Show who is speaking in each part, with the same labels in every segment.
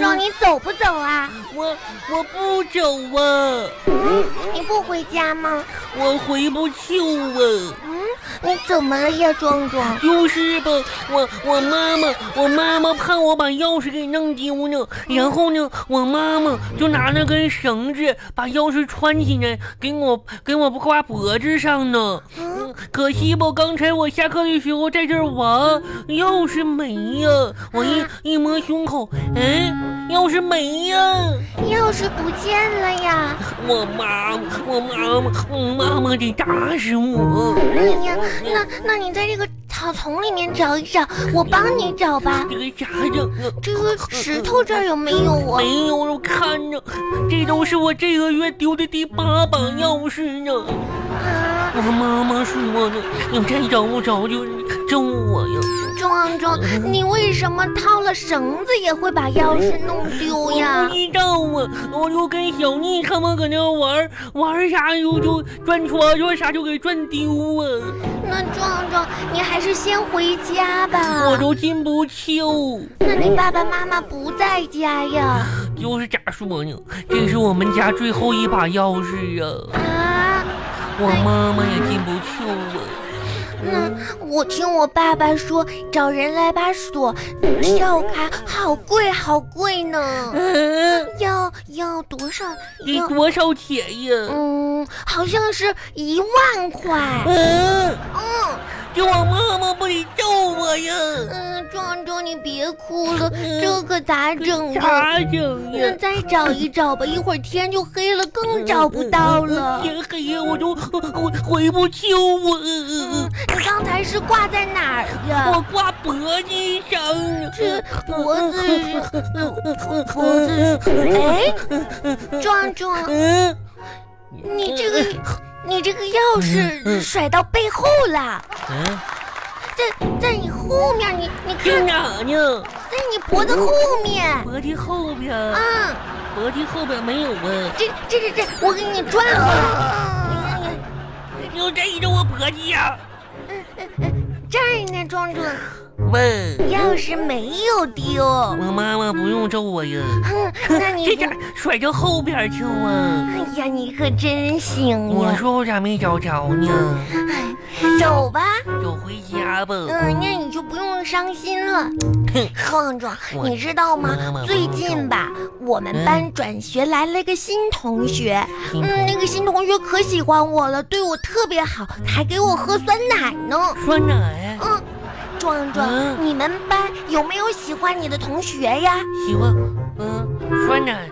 Speaker 1: 让你走不走啊？
Speaker 2: 我我不走啊，
Speaker 1: 你不回家吗？
Speaker 2: 我回不去啊。
Speaker 1: 嗯，你怎么了，叶壮壮？
Speaker 2: 就是吧，我我妈妈，我妈妈怕我把钥匙给弄丢呢，然后呢，我妈妈就拿那根绳子把钥匙穿起来，给我给我挂脖子上呢。
Speaker 1: 嗯，
Speaker 2: 可惜吧，刚才我下课的时候在这儿玩，钥匙没呀，我一一摸胸口，哎，钥匙没呀。
Speaker 1: 钥匙不见了呀！
Speaker 2: 我妈，我妈妈，我妈妈得打死我！
Speaker 1: 哎呀，那那你在这个草丛里面找一找，我帮你找吧。
Speaker 2: 这个家整啊，
Speaker 1: 这个石头这儿有没有啊？
Speaker 2: 没有人看着，这都是我这个月丢的第八把钥匙呢。
Speaker 1: 啊，
Speaker 2: 我妈妈说的，你再找不着就揍我呀！
Speaker 1: 壮壮，你为什么套了绳子也会把钥匙弄丢
Speaker 2: 我
Speaker 1: 呀
Speaker 2: 不？知道啊，我就跟小妮他们搁那玩儿玩儿啥就就转戳戳啥就给转丢啊，
Speaker 1: 那壮壮，你还是先回家吧
Speaker 2: 我。都进不去。
Speaker 1: 那你爸爸妈妈不在家呀？
Speaker 2: 就是咋说呢，这是我们家最后一把钥匙啊。
Speaker 1: 啊，
Speaker 2: 我妈妈也进不去了。
Speaker 1: 那我听我爸爸说，找人来把锁撬开，好贵好贵呢，
Speaker 2: 嗯，
Speaker 1: 要要多少？
Speaker 2: 得
Speaker 1: 要
Speaker 2: 多少钱呀？
Speaker 1: 嗯，好像是一万块。
Speaker 2: 嗯，
Speaker 1: 嗯
Speaker 2: 这我妈妈不得揍我呀？
Speaker 1: 嗯，壮壮，你别哭了，
Speaker 2: 嗯
Speaker 1: 这可咋整啊？
Speaker 2: 咋整
Speaker 1: 那
Speaker 2: 呀？
Speaker 1: 再找一找吧，一会儿天就黑了，更找不到了。
Speaker 2: 天黑呀，我就回回不去我
Speaker 1: 嗯，，你刚才是挂在哪儿
Speaker 2: 我
Speaker 1: 呀？
Speaker 2: 挂脖子上。
Speaker 1: 这脖子是脖子是……哎，壮壮，
Speaker 2: 嗯，
Speaker 1: 你这个你这个钥匙甩到背后了，
Speaker 2: 嗯，
Speaker 1: 在在你后面，你你
Speaker 2: 这
Speaker 1: 看，
Speaker 2: 哪呢？
Speaker 1: 在你脖子后面，
Speaker 2: 脖子后边，
Speaker 1: 嗯，
Speaker 2: 脖子后边没有啊？
Speaker 1: 这这这这，我给你转过来，
Speaker 2: 又摘着我脖子呀？
Speaker 1: 这儿呢，壮壮，
Speaker 2: 喂，
Speaker 1: 钥匙没有丢，
Speaker 2: 我妈妈不用揍我呀。
Speaker 1: 哼，那
Speaker 2: 这
Speaker 1: 你
Speaker 2: 家甩到后边去了。
Speaker 1: 哎呀，你可真行
Speaker 2: 我
Speaker 1: 呀，哎
Speaker 2: 说我咋没找着呢？
Speaker 1: 走吧。
Speaker 2: 走回家吧。
Speaker 1: 嗯，那你就不用伤心了。
Speaker 2: 哼
Speaker 1: 壮壮，
Speaker 2: 我
Speaker 1: 你知道吗
Speaker 2: 妈妈？嗯
Speaker 1: 最近吧，我们班转学来了一个新同学，
Speaker 2: 新
Speaker 1: 嗯
Speaker 2: 同学，
Speaker 1: 那个新同学可喜欢我了，对我特别好，还给我喝酸奶呢。
Speaker 2: 酸奶
Speaker 1: 嗯，壮壮，
Speaker 2: 嗯
Speaker 1: 你们班有没有喜欢你的同学呀？
Speaker 2: 喜欢，嗯，酸奶，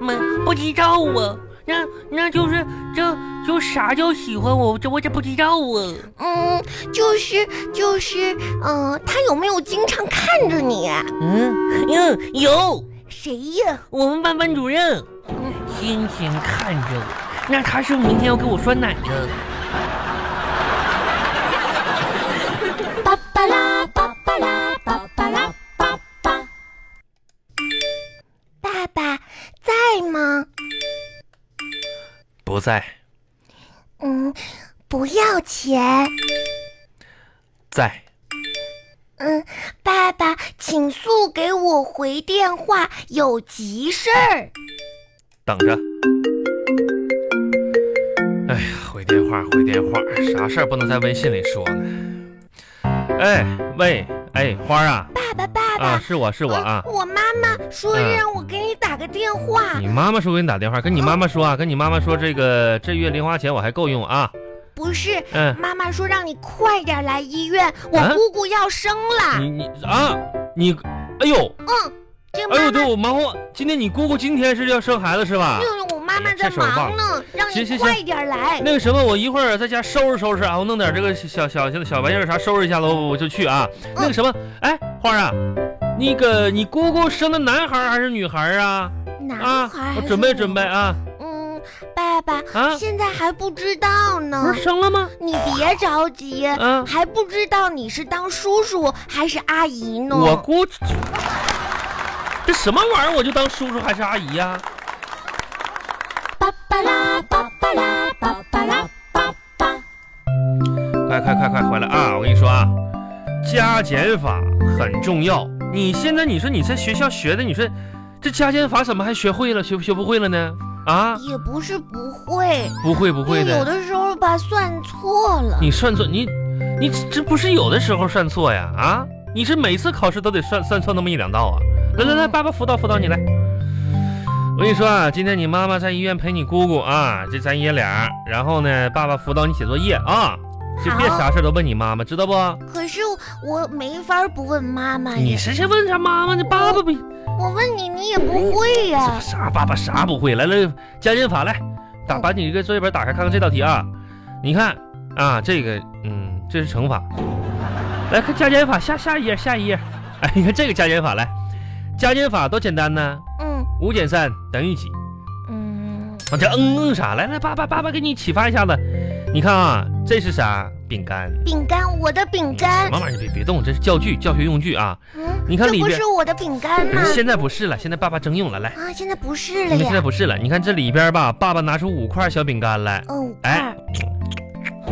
Speaker 2: 没不知道啊。那那就是这就啥叫喜欢我？这我这不知道啊。
Speaker 1: 嗯，就是就是，嗯、他有没有经常看着你？啊
Speaker 2: 嗯嗯，有
Speaker 1: 谁呀？
Speaker 2: 我们班班主任，
Speaker 1: 嗯
Speaker 2: 天天看着我。那他是不是明天要给我酸奶呢？
Speaker 1: 巴巴拉巴巴拉巴巴拉巴巴。爸爸在吗？
Speaker 3: 不在，
Speaker 1: 嗯，不要钱。
Speaker 3: 在
Speaker 1: 嗯，爸爸，请速给我回电话，有急事儿。
Speaker 3: 等着。哎呀，回电话，回电话，啥事儿不能在微信里说呢？哎喂，哎花儿啊
Speaker 1: 爸爸，爸爸，
Speaker 3: 啊，是我是我啊
Speaker 1: 嗯，我妈妈说
Speaker 3: 嗯
Speaker 1: 让我给你打个电话，
Speaker 3: 你妈妈说给你打电话，跟你妈妈说啊，跟你妈妈说这个这月零花钱我还够用啊，
Speaker 1: 不是，
Speaker 3: 嗯，
Speaker 1: 妈妈说让你快点来医院，我
Speaker 3: 啊
Speaker 1: 姑姑要生了。
Speaker 3: 你你啊你，哎呦
Speaker 1: 嗯，这
Speaker 3: 哎
Speaker 1: 妈
Speaker 3: 呦，
Speaker 1: 妈
Speaker 3: 对我忙活，今天你姑姑今天是要生孩子是吧？
Speaker 1: 就是我妈妈
Speaker 3: 哎呀
Speaker 1: 在
Speaker 3: 这事儿忘
Speaker 1: 忙呢，让
Speaker 3: 行
Speaker 1: 你
Speaker 3: 行
Speaker 1: 快点来。
Speaker 3: 那个什么，我一会儿在家收拾收拾啊，我弄点这个小小小小玩意儿啥收拾一下喽，我就去啊。
Speaker 1: 嗯
Speaker 3: 那个什么，哎，花儿啊，那个你姑姑生的男孩儿还是女孩儿啊？
Speaker 1: 男
Speaker 3: 啊
Speaker 1: 孩儿，
Speaker 3: 我
Speaker 1: 还
Speaker 3: 准备
Speaker 1: 是
Speaker 3: 准
Speaker 1: 女
Speaker 3: 备啊
Speaker 1: 嗯，爸爸，
Speaker 3: 啊！
Speaker 1: 现在还不知道呢
Speaker 3: 不是，生了吗？
Speaker 1: 你别着急，
Speaker 3: 啊，
Speaker 1: 还不知道你是当叔叔还是阿姨呢。
Speaker 3: 我姑这什么玩意儿？我就当叔叔还是阿姨呀、
Speaker 1: 巴巴拉巴巴拉巴巴拉巴巴。
Speaker 3: 快快快快回来啊！我跟你说啊，加减法很重要。你现在你说你在学校学的，你说这加减法怎么还学会了，学学不会了呢？啊，
Speaker 1: 也不是不会，
Speaker 3: 不会不会
Speaker 1: 因为有
Speaker 3: 的，
Speaker 1: 的时候吧算错了。
Speaker 3: 你算错你，你这这不是有的时候算错呀？啊，你是每次考试都得算算错那么一两道啊？来来来，爸爸辅导辅导你来。我跟你说啊，今天你妈妈在医院陪你姑姑啊，这咱爷俩，然后呢，爸爸辅导你写作业啊，就别
Speaker 1: 好
Speaker 3: 啥事儿都问你妈妈，知道不？
Speaker 1: 可是我没法不问妈妈
Speaker 3: 你
Speaker 1: 呀，
Speaker 3: 谁谁问啥妈妈？你爸爸不
Speaker 1: 我问你你也不会呀。
Speaker 3: 啥爸爸啥不会？来来，加减法来，打
Speaker 1: 嗯
Speaker 3: 把你这个作业本打开，看看这道题啊。你看啊，这个嗯，这是乘法。来看加减法，下下一页，下一页。哎，你看这个加减法来，加减法多简单呢，
Speaker 1: 嗯
Speaker 3: 五减三等于几？
Speaker 1: 嗯，
Speaker 3: 我这嗯嗯啥？来来，爸爸爸爸给你启发一下子。你看啊，这是啥？饼干。嗯
Speaker 1: 饼干，我的饼干
Speaker 3: 什，么玩意儿？你别别动，这是教具，教学用具啊。
Speaker 1: 嗯，
Speaker 3: 你看
Speaker 1: 这
Speaker 3: 里
Speaker 1: 不
Speaker 3: 边
Speaker 1: 是，我的饼干吗
Speaker 3: 不？是现在不是了，现在爸爸征用了，来。
Speaker 1: 啊，现在不嗯是了
Speaker 3: 你看现在
Speaker 1: 呀，
Speaker 3: 不是了，你看这里边吧，爸爸拿出五块小饼干来，
Speaker 1: 哦，五块
Speaker 3: 哎
Speaker 1: 儿，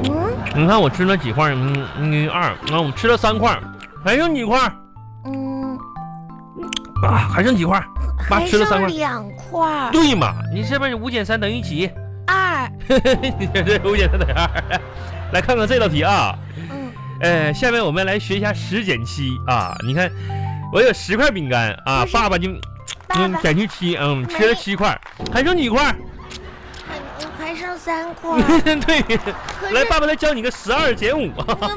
Speaker 1: 嗯
Speaker 3: 你看我吃了几块？嗯嗯，二，啊，我吃了三块，还剩几块？
Speaker 1: 嗯，
Speaker 3: 啊，还剩几块？妈
Speaker 1: 还
Speaker 3: 吃了三块
Speaker 1: 剩两块儿，
Speaker 3: 对嘛，你这边五减三等于几？
Speaker 1: 二，
Speaker 3: 你这五减三等于二。来看看这道题啊，
Speaker 1: 嗯
Speaker 3: 呃，下面我们来学一下十减七啊。你看，我有十块饼干啊
Speaker 1: 不，是
Speaker 3: 爸爸就
Speaker 1: 爸
Speaker 3: 嗯
Speaker 1: 爸
Speaker 3: 减去七，嗯，吃了
Speaker 1: 没
Speaker 3: 七块，还剩几块？
Speaker 1: 还还剩三块儿，
Speaker 3: 对，
Speaker 1: 可
Speaker 3: 来，
Speaker 1: 是
Speaker 3: 爸爸来教你个十二减五。
Speaker 1: 爸爸，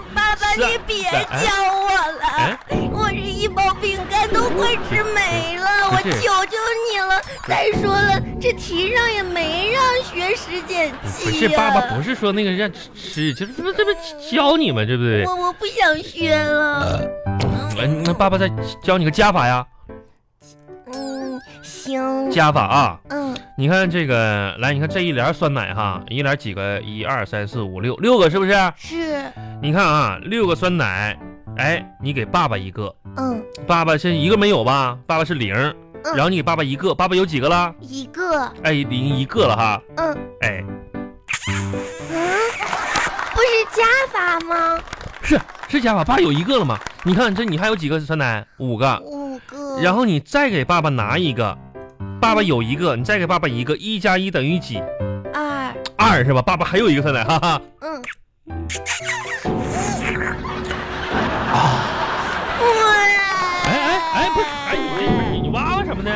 Speaker 3: 是啊
Speaker 1: 你别
Speaker 3: 哎
Speaker 1: 教我
Speaker 3: 哎
Speaker 1: 了，我这一包饼干都快吃没了，我
Speaker 3: 哎不是
Speaker 1: 求求你了。再说了，这题上也没让学十减七呀。
Speaker 3: 不是爸爸，
Speaker 1: 啊
Speaker 3: 不是说那个让吃，就是这不这不教你们，对不对？
Speaker 1: 我我不想学了。
Speaker 3: 嗯，那爸爸再教你个加法呀，
Speaker 1: 嗯，行，
Speaker 3: 加法啊！
Speaker 1: 嗯
Speaker 3: 你看这个，来，你看这一帘酸奶哈，一帘几个？一二三四五六，六个是不是？
Speaker 1: 是，
Speaker 3: 你看啊，六个酸奶，哎，你给爸爸一个，
Speaker 1: 嗯
Speaker 3: 爸爸是一个没有吧？爸爸是零，然后你给爸爸一个，爸爸有几个了？
Speaker 1: 一个，
Speaker 3: 哎，零一个了哈，
Speaker 1: 嗯
Speaker 3: 哎，
Speaker 1: 嗯，不是加法吗？
Speaker 3: 是是加法，爸有一个了嘛？你看这你还有几个酸奶？五个，
Speaker 1: 五个，
Speaker 3: 啊然后你再给爸爸拿一个，爸爸有一个，你再给爸爸一个，一加一等于几？
Speaker 1: 二，
Speaker 3: 二是吧？爸爸还有一个酸奶，哈哈。
Speaker 1: 嗯。啊！
Speaker 3: 哎哎哎哎，不是，哎你你你挖挖什么呢？